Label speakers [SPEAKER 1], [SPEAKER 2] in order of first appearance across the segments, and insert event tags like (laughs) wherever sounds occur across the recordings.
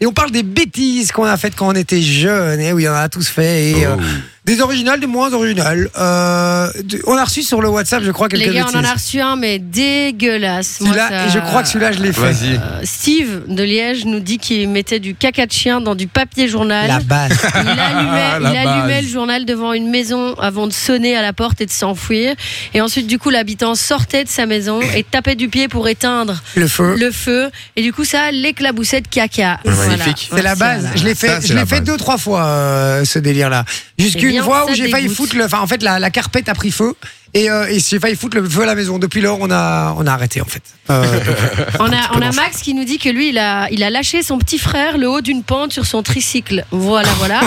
[SPEAKER 1] Et on parle des bêtises qu'on a faites quand on était jeune. Et oui, on en a tous fait. Et, euh,
[SPEAKER 2] Oh.
[SPEAKER 1] des originales, des moins originales. Euh, de- on a reçu sur le WhatsApp, je crois, quelques
[SPEAKER 3] Les gars, on en a
[SPEAKER 1] bêtises.
[SPEAKER 3] reçu un, mais dégueulasse. Moi,
[SPEAKER 1] Celui-là,
[SPEAKER 3] ça-
[SPEAKER 1] et je crois que celui-là, je l'ai fait.
[SPEAKER 2] Vas-y.
[SPEAKER 3] Euh, Steve de Liège nous dit qu'il mettait du caca de chien dans du papier journal.
[SPEAKER 1] La
[SPEAKER 3] (laughs)
[SPEAKER 1] base.
[SPEAKER 3] Il allumait,
[SPEAKER 1] (laughs)
[SPEAKER 2] La
[SPEAKER 3] il allumait
[SPEAKER 2] base.
[SPEAKER 3] le journal devant une maison avant de sonner à la porte et de s'enfuir. Et ensuite, du coup, l'habitant sortait de sa maison et tapait du pied pour éteindre
[SPEAKER 1] Le feu.
[SPEAKER 3] le feu. Et du coup, ça l'éclaboussait de caca. Voilà.
[SPEAKER 2] Magnifique.
[SPEAKER 1] C'est la
[SPEAKER 3] Voilà.
[SPEAKER 1] base. Je l'ai fait,
[SPEAKER 2] Ça, c'est
[SPEAKER 1] je l'ai
[SPEAKER 2] la
[SPEAKER 1] fait
[SPEAKER 2] base.
[SPEAKER 1] deux, trois fois, euh, ce délire-là.
[SPEAKER 3] Eh
[SPEAKER 1] Jusqu'une
[SPEAKER 3] bien,
[SPEAKER 1] fois où
[SPEAKER 3] ça
[SPEAKER 1] j'ai failli
[SPEAKER 3] dégoûte.
[SPEAKER 1] foutre le, enfin, en fait, la, la carpette a pris feu. Et, euh, et j'ai failli foutre le feu à la maison. Depuis lors, on a, on a arrêté, en fait. Euh,
[SPEAKER 2] (laughs)
[SPEAKER 3] On a, on a Max qui nous dit que lui, il a, il a lâché son petit frère le haut d'une pente sur son tricycle. Voilà, voilà.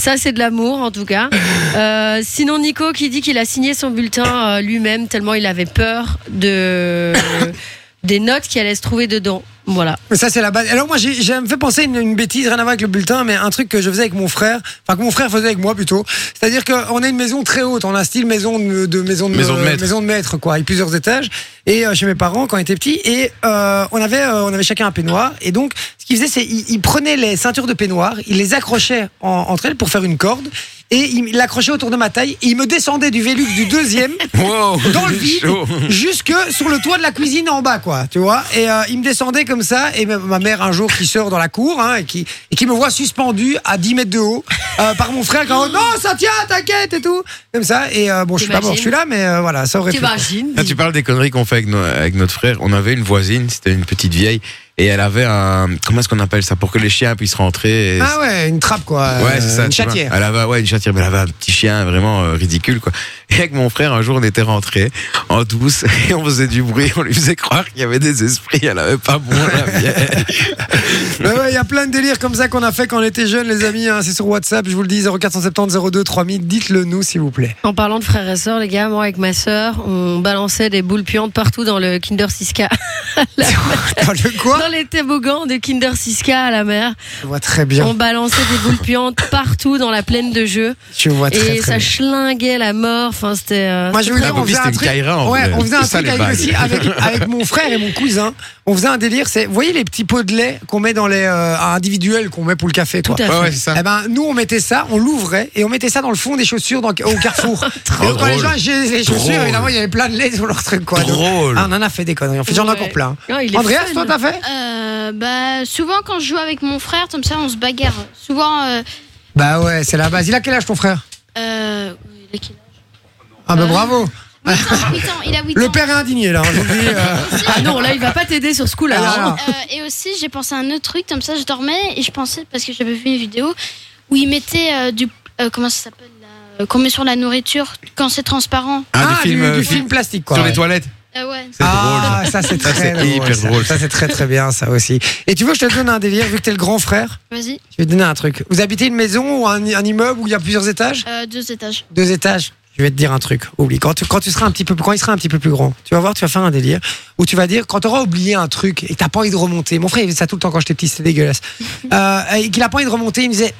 [SPEAKER 3] Ça, c'est de l'amour, en tout cas. Euh, sinon, Nico qui dit qu'il a signé son bulletin euh, lui-même tellement il avait peur de, des notes qui allaient se trouver dedans. Voilà.
[SPEAKER 1] Mais ça, c'est la base. Alors, moi, j'ai, j'ai- me fait penser une, une bêtise, rien à voir avec le bulletin, mais un truc que je faisais avec mon frère, enfin, que mon frère faisait avec moi plutôt. C'est-à-dire qu'on a une maison très haute, on a un style maison de, de- maison de,
[SPEAKER 2] Maison de maître.
[SPEAKER 1] maison de maître, quoi, avec plusieurs étages. Et euh, chez mes parents, quand on était petits, et euh, on, avait, euh, on avait chacun un peignoir. Et donc, ce qu'il faisait, c'est il, il prenait les ceintures de peignoir, il les accrochait en- entre elles pour faire une corde, et il l'accrochait autour de ma taille, et il me descendait du Vélux du
[SPEAKER 2] (laughs)
[SPEAKER 1] deuxième
[SPEAKER 2] (laughs) Wow.
[SPEAKER 1] dans le vide
[SPEAKER 2] Chaud.
[SPEAKER 1] jusque sur le toit de la cuisine en bas quoi tu vois et euh, il me descendait comme ça et ma, ma mère un jour qui sort dans la cour hein, et qui et qui me voit suspendu à 10 mètres de haut euh, par mon frère qui est en mode, non ça tient t'inquiète et tout comme ça et euh, bon je suis pas mort je suis là mais euh, voilà ça aurait pu
[SPEAKER 3] T'imagines
[SPEAKER 2] Là, Ah, tu parles des conneries qu'on fait avec, no- avec notre frère. On avait une voisine, c'était une petite vieille, et elle avait un. Comment est-ce qu'on appelle ça Pour que les chiens puissent rentrer. et-
[SPEAKER 1] ah ouais une trappe quoi
[SPEAKER 2] Ouais,
[SPEAKER 1] euh,
[SPEAKER 2] c'est ça.
[SPEAKER 1] une
[SPEAKER 2] tu vois. (laughs)
[SPEAKER 1] chatière
[SPEAKER 2] Elle avait, ouais, une chatière, mais elle avait un petit chien vraiment euh, ridicule, quoi. Et avec mon frère, un jour, on était rentrés en douce (laughs) et on faisait du bruit, on lui faisait croire qu'il y avait des esprits, elle avait pas bon
[SPEAKER 1] (laughs)
[SPEAKER 2] la vieille.
[SPEAKER 1] Ouais, ouais, Il y a plein de délires comme ça qu'on a fait quand on était jeunes, les amis. hein. c'est sur WhatsApp, je vous le dis, 0470 02 3000. Dites-le nous, s'il vous
[SPEAKER 3] (laughs)
[SPEAKER 1] plaît.
[SPEAKER 3] En parlant de frères et sœurs, les gars, moi avec ma sœur, on balançait des boules puantes partout dans le Kinder Siska,
[SPEAKER 1] Dans le quoi
[SPEAKER 3] (laughs) dans les toboggans de Kinder Siska à la mer.
[SPEAKER 1] Je vois très bien.
[SPEAKER 3] On balançait des boules puantes partout dans la plaine de jeu.
[SPEAKER 1] Je vois Ah, très,
[SPEAKER 3] et
[SPEAKER 1] très bien.
[SPEAKER 3] ça chlinguait la mort. Enfin, c'était. euh,
[SPEAKER 1] Moi, je vais vous
[SPEAKER 2] Ah,
[SPEAKER 1] dire, on
[SPEAKER 2] Bobby,
[SPEAKER 1] faisait un
[SPEAKER 2] c'était
[SPEAKER 1] truc.
[SPEAKER 2] une Kyra, en
[SPEAKER 1] ouais,
[SPEAKER 2] vrai.
[SPEAKER 1] on faisait un
[SPEAKER 2] C'est ça,
[SPEAKER 1] truc
[SPEAKER 2] les
[SPEAKER 1] avec,
[SPEAKER 2] bagues.
[SPEAKER 1] aussi
[SPEAKER 2] (laughs)
[SPEAKER 1] avec, avec mon frère et mon cousin. On faisait un délire, c'est, vous voyez les petits pots de lait qu'on met dans les euh, individuels qu'on met pour le café, quoi.
[SPEAKER 3] Tout à fait.
[SPEAKER 2] Ouais, ouais, c'est ça.
[SPEAKER 1] Eh ben, nous, on mettait ça, on l'ouvrait et on mettait ça dans le fond des chaussures dans- au
[SPEAKER 2] (laughs)
[SPEAKER 1] carrefour. Et donc, quand les
[SPEAKER 2] drôle.
[SPEAKER 1] gens achetaient les chaussures,
[SPEAKER 2] Drôle.
[SPEAKER 1] évidemment, il y avait plein de lait sur leur truc, quoi. Donc,
[SPEAKER 2] Drôle.
[SPEAKER 1] ah, on en a fait des conneries. En fait, j'en ai
[SPEAKER 3] Ouais.
[SPEAKER 1] encore plein.
[SPEAKER 3] Non, il est
[SPEAKER 1] Andreas,
[SPEAKER 3] fun.
[SPEAKER 1] toi, t'as fait
[SPEAKER 4] Euh, bah, souvent quand je joue avec mon frère, comme ça, on se bagarre. Souvent, euh,
[SPEAKER 1] Bah ouais, c'est la base. Il a quel âge ton frère
[SPEAKER 4] euh, il a quel
[SPEAKER 1] Ah, bah
[SPEAKER 4] Euh,
[SPEAKER 1] bravo. (laughs)
[SPEAKER 4] âge Huit ans, huit ans, il a 8
[SPEAKER 1] Le
[SPEAKER 4] ans.
[SPEAKER 1] père est indigné, là. hein, je vous le dis,
[SPEAKER 2] (laughs)
[SPEAKER 1] euh.
[SPEAKER 3] Ah non, là, il va pas t'aider sur ce coup-là.
[SPEAKER 1] Ah,
[SPEAKER 3] hein.
[SPEAKER 1] là, là.
[SPEAKER 4] Euh, et aussi, j'ai pensé à un autre truc, comme ça, je dormais et je pensais, parce que j'avais vu une vidéo où il mettait euh, du. euh, comment ça s'appelle là, euh, Qu'on met sur la nourriture quand c'est transparent.
[SPEAKER 2] Ah, du
[SPEAKER 1] Ah,
[SPEAKER 2] film, euh,
[SPEAKER 1] du
[SPEAKER 2] fi-
[SPEAKER 1] film plastique, quoi.
[SPEAKER 2] sur
[SPEAKER 1] ouais.
[SPEAKER 2] les toilettes.
[SPEAKER 4] Ah ouais.
[SPEAKER 2] C'est
[SPEAKER 1] ah, ça c'est
[SPEAKER 2] Ça,
[SPEAKER 1] très
[SPEAKER 2] c'est hyper
[SPEAKER 1] ça.
[SPEAKER 2] drôle,
[SPEAKER 1] Ça,
[SPEAKER 2] ça.
[SPEAKER 1] c'est très très bien ça aussi. Et tu veux que je te donne un délire vu que t'es le grand frère
[SPEAKER 4] Vas-y,
[SPEAKER 1] Je vais te donner un truc. Vous habitez une maison ou un, un immeuble où il y a plusieurs étages
[SPEAKER 4] euh, deux étages.
[SPEAKER 1] Deux étages. Je vais te dire un truc. Oublie. Quand tu, quand tu seras un petit peu, quand il sera un petit peu plus grand, tu vas voir, tu vas faire un délire où tu vas dire quand t'auras oublié un truc et que t'as pas envie de remonter. Mon frère il faisait ça tout le temps quand j'étais petit, c'était
[SPEAKER 4] (laughs)
[SPEAKER 1] dégueulasse. Euh, et qu'il a pas envie de remonter, il me disait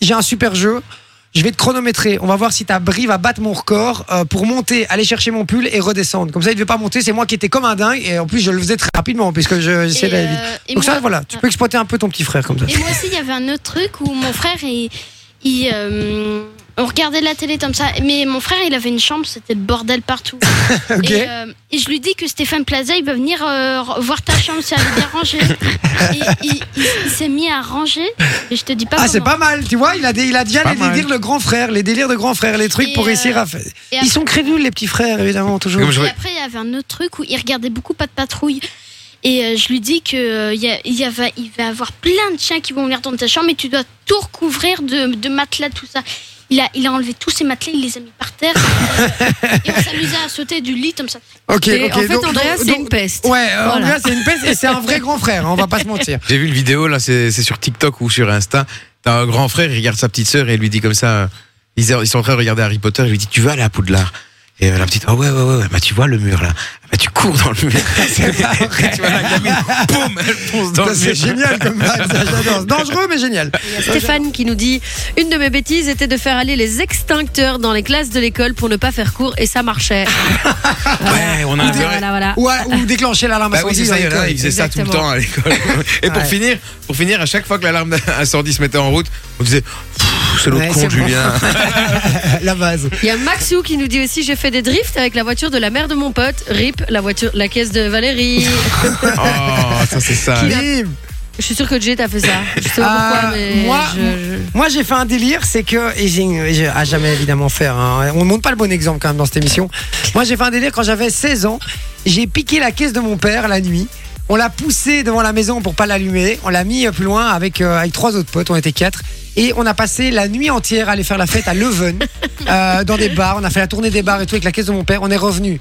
[SPEAKER 1] j'ai un super jeu. Je vais te chronométrer. On va voir si ta brie va battre mon record euh, pour monter, aller chercher mon pull et redescendre. Comme ça, il devait pas monter. C'est moi qui étais comme un dingue. Et en plus, je le faisais très rapidement puisque je- j'essayais
[SPEAKER 4] Et,
[SPEAKER 1] d'aller vite.
[SPEAKER 4] euh, et
[SPEAKER 1] Donc,
[SPEAKER 4] moi-
[SPEAKER 1] ça, voilà. Tu peux exploiter un peu ton petit frère comme ça.
[SPEAKER 4] Et moi aussi, il y avait un autre truc où mon frère, il, il, euh, on regardait la télé comme ça. Mais mon frère, il avait une chambre, c'était le bordel partout.
[SPEAKER 1] (laughs) Ok.
[SPEAKER 4] Et, euh, et je lui dis que Stéphane Plaza, il va venir euh, re- voir ta chambre si elle est bien
[SPEAKER 1] (laughs)
[SPEAKER 4] rangée. Et il, il- il s'est mis à ranger. Et je te dis pas
[SPEAKER 1] Ah, c'est
[SPEAKER 4] comment.
[SPEAKER 1] pas mal, tu vois, il a, des- il a déjà
[SPEAKER 2] Pas
[SPEAKER 1] les
[SPEAKER 2] mal.
[SPEAKER 1] délires de grand frère, les délires de grand frère, les trucs
[SPEAKER 4] Et
[SPEAKER 1] pour
[SPEAKER 4] euh,
[SPEAKER 1] essayer à faire.
[SPEAKER 4] et
[SPEAKER 1] Ils
[SPEAKER 4] après-
[SPEAKER 1] sont crédules, les petits frères, évidemment, toujours.
[SPEAKER 2] Comme je-
[SPEAKER 4] Et après, il y avait un autre truc où il regardait beaucoup pas de patrouille. Et euh, je lui dis que euh, il y a- il y avait- il va y avoir plein de chiens qui vont venir dans ta chambre et tu dois tout recouvrir de, de matelas, tout ça. Il a, il a enlevé tous ses matelas, il les a mis par
[SPEAKER 1] (laughs)
[SPEAKER 4] terre. et on s'amusait à sauter du lit comme ça.
[SPEAKER 1] Ok,
[SPEAKER 3] Et
[SPEAKER 1] ok.
[SPEAKER 3] en fait,
[SPEAKER 1] donc-
[SPEAKER 3] Andreas,
[SPEAKER 1] donc-
[SPEAKER 3] c'est une peste.
[SPEAKER 1] Ouais, euh,
[SPEAKER 3] Voilà.
[SPEAKER 1] Andreas, c'est une peste et c'est un vrai grand frère, hein, on va pas se mentir.
[SPEAKER 2] J'ai vu une vidéo, là, c'est c'est sur TikTok ou sur Insta. T'as un grand frère, il regarde sa petite sœur et il lui dit comme ça. euh, Ils, ils sont en train de regarder Harry Potter, il lui dit Tu vas aller à Poudlard Et euh, la petite, ah ouais, ouais, ouais, ouais, bah tu vois le mur là. Bah tu cours dans le
[SPEAKER 1] (laughs)
[SPEAKER 2] mur. tu vois la gamine, boum, elle fonce (laughs) dans
[SPEAKER 1] Ça,
[SPEAKER 2] le mur.
[SPEAKER 1] C'est génial comme vibe, ça, j'adore. Dangereux, mais génial.
[SPEAKER 3] Il y a Stéphane qui nous dit Une de mes bêtises était de faire aller les extincteurs dans les classes de l'école pour ne pas faire cours et ça marchait.
[SPEAKER 1] Ah,
[SPEAKER 2] Ouais, on a un
[SPEAKER 3] voilà,
[SPEAKER 2] vrai-
[SPEAKER 3] voilà, voilà.
[SPEAKER 1] Ou, à- ou déclencher l'alarme
[SPEAKER 2] Bah oui,
[SPEAKER 1] incendie hein,
[SPEAKER 2] c'est
[SPEAKER 1] dans
[SPEAKER 2] ça, il y en a,
[SPEAKER 1] l'école.
[SPEAKER 2] ils faisaient ça tout le
[SPEAKER 3] Exactement.
[SPEAKER 2] temps à l'école. Et pour
[SPEAKER 1] Ouais.
[SPEAKER 2] finir, pour finir, à chaque fois que l'alarme incendie se mettait en route, on disait, Pfff, c'est l'autre
[SPEAKER 1] Ouais,
[SPEAKER 2] con,
[SPEAKER 1] c'est bon. (laughs)
[SPEAKER 2] Julien.
[SPEAKER 1] La base.
[SPEAKER 3] Il y a Maxou qui nous dit aussi J'ai fait des drifts avec la voiture de la mère de mon pote, RIP, la, voiture, la caisse de Valérie.
[SPEAKER 2] oh, ça, c'est ça.
[SPEAKER 3] Qui- Il a-
[SPEAKER 1] Bim.
[SPEAKER 3] je suis sûre que Jay t'a fait ça. Je sais pas
[SPEAKER 1] Ah,
[SPEAKER 3] pourquoi, mais.
[SPEAKER 1] moi,
[SPEAKER 3] je- je-
[SPEAKER 1] Moi, j'ai fait un délire, c'est que, et j'ai- j'ai- à jamais évidemment faire, hein. on ne montre pas le bon exemple quand même dans cette émission. Moi, j'ai fait un délire quand j'avais 16 ans, j'ai piqué la caisse de mon père la nuit. On l'a poussé devant la maison pour pas l'allumer. On l'a mis euh, plus loin avec, euh, avec trois autres potes, on était quatre. Et on a passé la nuit entière à aller faire la fête à Leuven, (laughs) euh, dans des bars. On a fait la tournée des bars et tout avec la caisse de mon père. On est revenu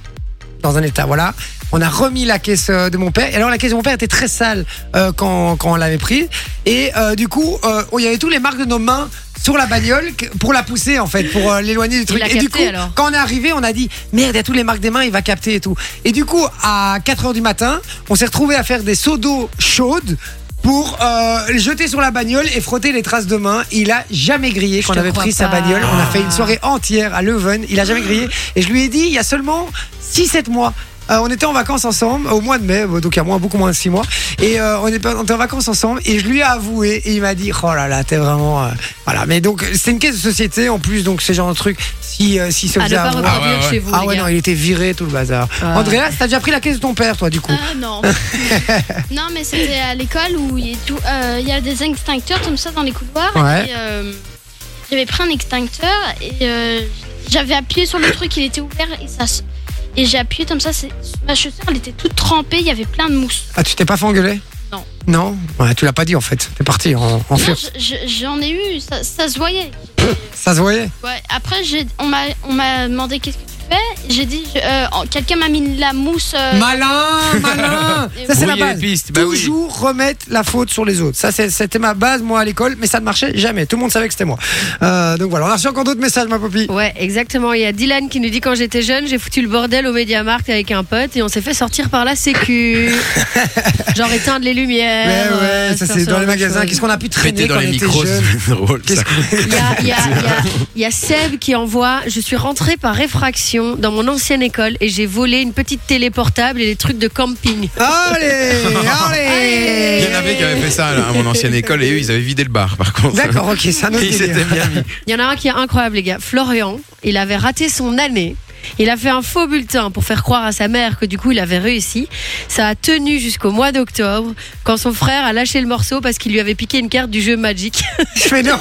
[SPEAKER 1] dans un état, voilà. On a remis la caisse euh, de mon père. Et alors, la caisse de mon père était très sale euh, quand, quand on l'avait prise. Et euh, du coup, euh, il y avait tous les marques de nos mains sur la bagnole que- pour la pousser, en fait, pour euh, l'éloigner du truc.
[SPEAKER 3] l'a
[SPEAKER 1] Et du
[SPEAKER 3] capté,
[SPEAKER 1] coup,
[SPEAKER 3] alors
[SPEAKER 1] quand on est arrivé, on a dit merde, il y a toutes les marques des mains, il va capter et tout. Et du coup, à 4 h du matin, on s'est retrouvé à faire des seaux d'eau chaude pour euh, le jeter sur la bagnole et frotter les traces de main. Il a jamais grillé
[SPEAKER 3] Je
[SPEAKER 1] quand on
[SPEAKER 3] te
[SPEAKER 1] avait
[SPEAKER 3] crois
[SPEAKER 1] pris sa
[SPEAKER 3] pas.
[SPEAKER 1] bagnole. On a fait une soirée entière à Leuven. Il a
[SPEAKER 3] (gasps)
[SPEAKER 1] jamais grillé. Et je lui ai dit, il y a seulement 6-7 mois. euh, on était en vacances ensemble au mois de mai, euh, donc à moins, beaucoup moins de 6 mois. Et euh, on, est pas- on était en vacances ensemble et je lui ai avoué et il m'a dit Oh là là, t'es vraiment. euh, voilà, mais donc c'est une caisse de société en plus, donc c'est genre de truc. Si, euh, si se
[SPEAKER 3] à ne
[SPEAKER 1] faisait
[SPEAKER 3] pas
[SPEAKER 1] avoir-
[SPEAKER 3] reproduire
[SPEAKER 2] Ah ouais, ouais.
[SPEAKER 3] chez vous.
[SPEAKER 1] ah
[SPEAKER 3] les
[SPEAKER 1] ouais,
[SPEAKER 3] gars.
[SPEAKER 1] non, il était viré, tout le bazar.
[SPEAKER 3] Ah.
[SPEAKER 1] Andreas, t'as déjà pris la caisse de ton père, toi, du coup
[SPEAKER 4] Ah non. (laughs) non, mais c'était à l'école où il y, a tout- euh, il y a des extincteurs comme ça dans les couloirs.
[SPEAKER 1] Ouais.
[SPEAKER 4] et, euh, j'avais pris un extincteur et euh, j'avais appuyé sur le truc, il était ouvert et ça. s- Et j'ai appuyé comme ça, c'est- ma chaussure elle était toute trempée, il y avait plein de mousse.
[SPEAKER 3] Euh.
[SPEAKER 1] Ah, tu t'es pas fait engueuler
[SPEAKER 4] Non.
[SPEAKER 1] Non Ouais, tu l'as pas dit en fait. T'es parti en, en
[SPEAKER 4] Non,
[SPEAKER 1] fureur.
[SPEAKER 4] je- je- j'en ai eu, ça, ça se voyait.
[SPEAKER 1] Ça se voyait
[SPEAKER 4] Ouais, Après, j'ai- on m'a on m'a demandé qu'est-ce que tu fais. J'ai dit, je- euh, en- quelqu'un m'a mis de la mousse. euh,
[SPEAKER 1] Malin, malin
[SPEAKER 4] Et
[SPEAKER 1] Ça, c'est la
[SPEAKER 2] Brouiller
[SPEAKER 1] base.
[SPEAKER 2] les pistes, bah oui.
[SPEAKER 1] Toujours remettre la faute sur les autres. Ça, c'est- c'était ma base, moi, à l'école, mais ça ne marchait jamais. Tout le monde savait que c'était moi. Euh, donc voilà, on a reçu encore d'autres messages, ma popie.
[SPEAKER 3] Ouais, exactement. Il y a Dylan qui nous dit quand j'étais jeune, j'ai foutu le bordel au Mediamarkt avec un pote et on s'est fait sortir par
[SPEAKER 1] (laughs)
[SPEAKER 3] la sécu. Genre éteindre les lumières.
[SPEAKER 1] Mais ouais,
[SPEAKER 3] euh,
[SPEAKER 1] ça,
[SPEAKER 3] faire
[SPEAKER 1] c'est
[SPEAKER 3] ce
[SPEAKER 1] dans les
[SPEAKER 3] genre de
[SPEAKER 1] magasins.
[SPEAKER 3] choses.
[SPEAKER 1] Qu'est-ce qu'on a pu traîner
[SPEAKER 2] Péter dans
[SPEAKER 1] quand
[SPEAKER 2] les
[SPEAKER 1] on était
[SPEAKER 2] micros,
[SPEAKER 1] jeune
[SPEAKER 2] c'est drôle.
[SPEAKER 1] Qu'est-ce
[SPEAKER 2] ça.
[SPEAKER 3] (laughs) Il y a- il y a- il y a- il y a Seb qui envoie Je suis rentré par réfraction dans mon ancienne école et j'ai volé une petite télé portable et des trucs de camping.
[SPEAKER 1] Allez
[SPEAKER 3] Allez
[SPEAKER 1] Allez
[SPEAKER 2] Il y en avait qui avaient fait ça là, à mon ancienne école et eux, ils avaient vidé le bar par contre.
[SPEAKER 1] D'accord, ok, ça nous
[SPEAKER 2] (laughs) Ils s'étaient bien mis.
[SPEAKER 3] Il y en a un qui est incroyable, les gars. Florian, il avait raté son année. Il a fait un faux bulletin pour faire croire à sa mère que du coup il avait réussi. Ça a tenu jusqu'au mois d'octobre quand son frère a lâché le morceau parce qu'il lui avait piqué une carte du jeu Magic.
[SPEAKER 1] (laughs)
[SPEAKER 3] (laughs)
[SPEAKER 1] Je fais non,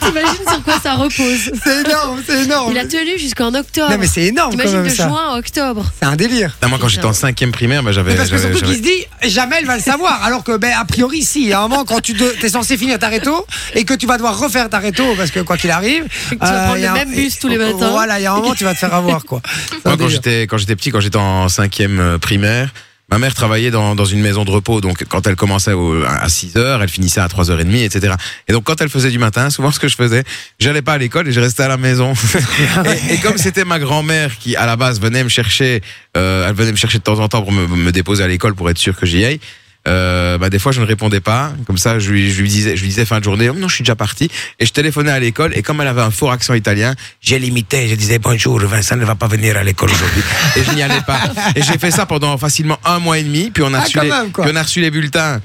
[SPEAKER 3] T'imagines sur quoi ça repose
[SPEAKER 1] (laughs) c'est énorme, c'est énorme.
[SPEAKER 3] Il a tenu jusqu'en octobre.
[SPEAKER 1] Non, mais c'est énorme quand
[SPEAKER 3] T'imagines
[SPEAKER 1] même
[SPEAKER 3] de
[SPEAKER 1] ça.
[SPEAKER 3] juin à octobre.
[SPEAKER 1] C'est un délire.
[SPEAKER 2] Non, moi, quand j'étais en cinquième primaire, bah, j'avais.
[SPEAKER 1] Mais parce que
[SPEAKER 2] j'avais-
[SPEAKER 1] surtout qu'il
[SPEAKER 2] j'avais-
[SPEAKER 1] se dit jamais elle va le savoir alors que ben a priori si à un moment quand tu te- t'es censé finir ta réto et que tu vas devoir refaire ta réto parce que quoi qu'il arrive euh,
[SPEAKER 3] Et que tu vas prendre
[SPEAKER 1] il y a
[SPEAKER 3] le
[SPEAKER 1] un-
[SPEAKER 3] même bus tous les matins.
[SPEAKER 1] voilà il y a un moment tu vas te faire avoir
[SPEAKER 2] (laughs)
[SPEAKER 1] quoi C'est un
[SPEAKER 2] Moi, quand
[SPEAKER 1] délire.
[SPEAKER 2] j'étais, quand j'étais petit, quand j'étais en cinquième euh, primaire, ma mère travaillait dans, dans une maison de repos. Donc, quand elle commençait au- à 6 heures, elle finissait à 3h30, etc. Et donc, quand elle faisait du matin, souvent, ce que je faisais, j'allais pas à l'école et je restais à
[SPEAKER 1] (laughs)
[SPEAKER 2] la maison. et, et comme c'était ma grand-mère qui, à la base, venait me chercher, euh, elle venait me chercher de temps en temps pour me, me déposer à l'école pour être sûr que j'y aille. Euh, bah des fois je ne répondais pas comme ça je lui, je lui disais je lui disais fin de journée Oh non je suis déjà parti et je téléphonais à l'école et comme elle avait un fort accent italien j'ai limité je disais bonjour Vincent ne va pas venir à l'école
[SPEAKER 1] (laughs)
[SPEAKER 2] aujourd'hui et je n'y allais pas et j'ai fait ça pendant facilement un mois et demi puis on a
[SPEAKER 1] Ah,
[SPEAKER 2] reçu
[SPEAKER 1] quand
[SPEAKER 2] les,
[SPEAKER 1] même, quoi.
[SPEAKER 2] puis on a reçu les bulletins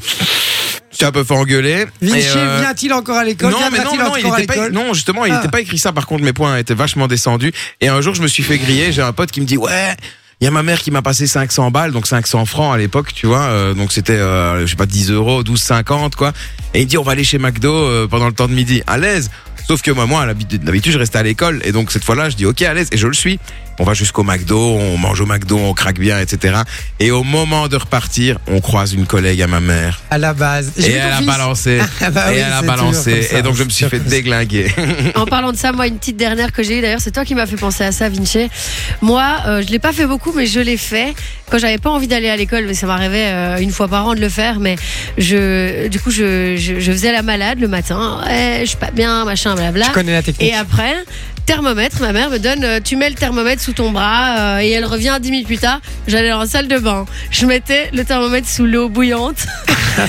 [SPEAKER 2] j'étais un peu fait engueuler
[SPEAKER 1] Vinci
[SPEAKER 2] Et, euh,
[SPEAKER 1] vient-il encore à l'école
[SPEAKER 2] non, mais non,
[SPEAKER 1] Viendra-t-il
[SPEAKER 2] non, il
[SPEAKER 1] encore à
[SPEAKER 2] était pas,
[SPEAKER 1] l'école
[SPEAKER 2] non, justement, il
[SPEAKER 1] Ah.
[SPEAKER 2] n'était pas écrit ça. Par contre, mes points étaient vachement descendus. Et un jour, je me suis fait griller. J'ai un pote qui me dit, ouais. Il y a ma mère qui m'a passé 500 balles, donc 500 francs à l'époque, tu vois. euh, donc c'était, euh, je sais pas, 10 euros, 12, 50, quoi. Et il me dit, on va aller chez McDo euh, pendant le temps de midi, à l'aise. Sauf que moi, moi, à l'habitude, d'habitude, je restais à l'école. Et donc cette fois-là, je dis, ok, à l'aise. Et je le suis. On va jusqu'au McDo, on mange au McDo, on craque bien, etc. Et au moment de repartir, on croise une collègue à ma mère.
[SPEAKER 1] à la base J'ai
[SPEAKER 2] Et
[SPEAKER 1] vu ton
[SPEAKER 2] elle a
[SPEAKER 1] fils.
[SPEAKER 2] balancé.
[SPEAKER 1] (laughs) Ah bah oui,
[SPEAKER 2] Et elle a
[SPEAKER 1] c'est toujours
[SPEAKER 2] balancé.
[SPEAKER 1] comme ça.
[SPEAKER 2] Et donc je me suis
[SPEAKER 1] C'est
[SPEAKER 2] fait
[SPEAKER 1] comme ça. (laughs)
[SPEAKER 2] déglinguer.
[SPEAKER 3] En parlant de ça, moi, une petite dernière que j'ai eue, d'ailleurs, c'est toi qui m'as fait penser à ça, Vinci. Moi, euh, je l'ai pas fait beaucoup, mais je l'ai fait quand j'avais pas envie d'aller à l'école, mais ça m'arrivait euh, une fois par an de le faire. Mais je, du coup, je, je, je faisais la malade le matin. Ouais, je suis pas bien, machin,
[SPEAKER 1] (laughs)
[SPEAKER 3] blabla.
[SPEAKER 1] je connais la technique
[SPEAKER 3] Et après, thermomètre. Ma mère me donne, euh, tu mets le thermomètre sous ton bras euh, et elle revient 10 minutes plus tard. J'allais dans la salle de bain. Je mettais le thermomètre sous l'eau bouillante.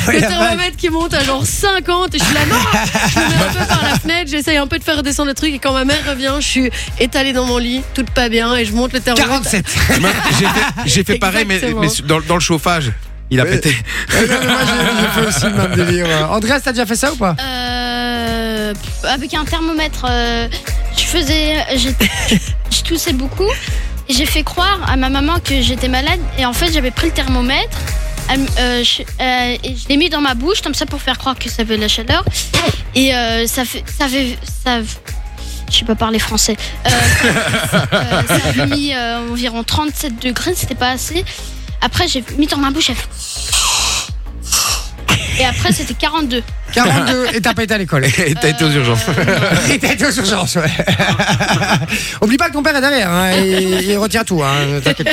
[SPEAKER 3] le thermomètre qui monte à genre 50 et je suis là, non Je me mets un peu par la fenêtre, j'essaye un peu de faire redescendre le truc et quand ma mère revient, je suis étalée dans mon lit, toute pas bien et je monte le thermomètre.
[SPEAKER 2] (laughs)
[SPEAKER 1] (laughs) 47.
[SPEAKER 2] Moi, J'ai fait, j'ai fait pareil, mais,
[SPEAKER 3] Exactement.
[SPEAKER 2] mais dans, dans le chauffage. Il a
[SPEAKER 1] Oui.
[SPEAKER 2] pété.
[SPEAKER 1] Ouais, non, mais moi, j'ai j'ai fait aussi le même délire. euh, Andreas, t'as déjà fait ça ou
[SPEAKER 2] (laughs)
[SPEAKER 1] pas
[SPEAKER 4] Euh, pff, avec un thermomètre, euh, je faisais, j'ai- je toussais beaucoup. Et J'ai fait croire à ma maman que j'étais malade et en fait j'avais pris le thermomètre. elle m- euh, je, euh, et je l'ai mis dans ma bouche comme ça pour faire croire que ça avait la chaleur et euh, ça fait ça fait ça f- je sais pas parler français Euh, ça, euh, ça avait mis euh, environ 37 degrés c'était pas assez après j'ai mis dans ma bouche elle fait- et après c'était 42
[SPEAKER 1] 42 et t'as pas été à
[SPEAKER 2] (laughs)
[SPEAKER 1] l'école.
[SPEAKER 2] Et T'as été aux urgences.
[SPEAKER 1] (laughs) Et t'as été aux urgences, ouais. Oublie pas que ton père est derrière, hein, il, il retient tout, hein, t'inquiète pas.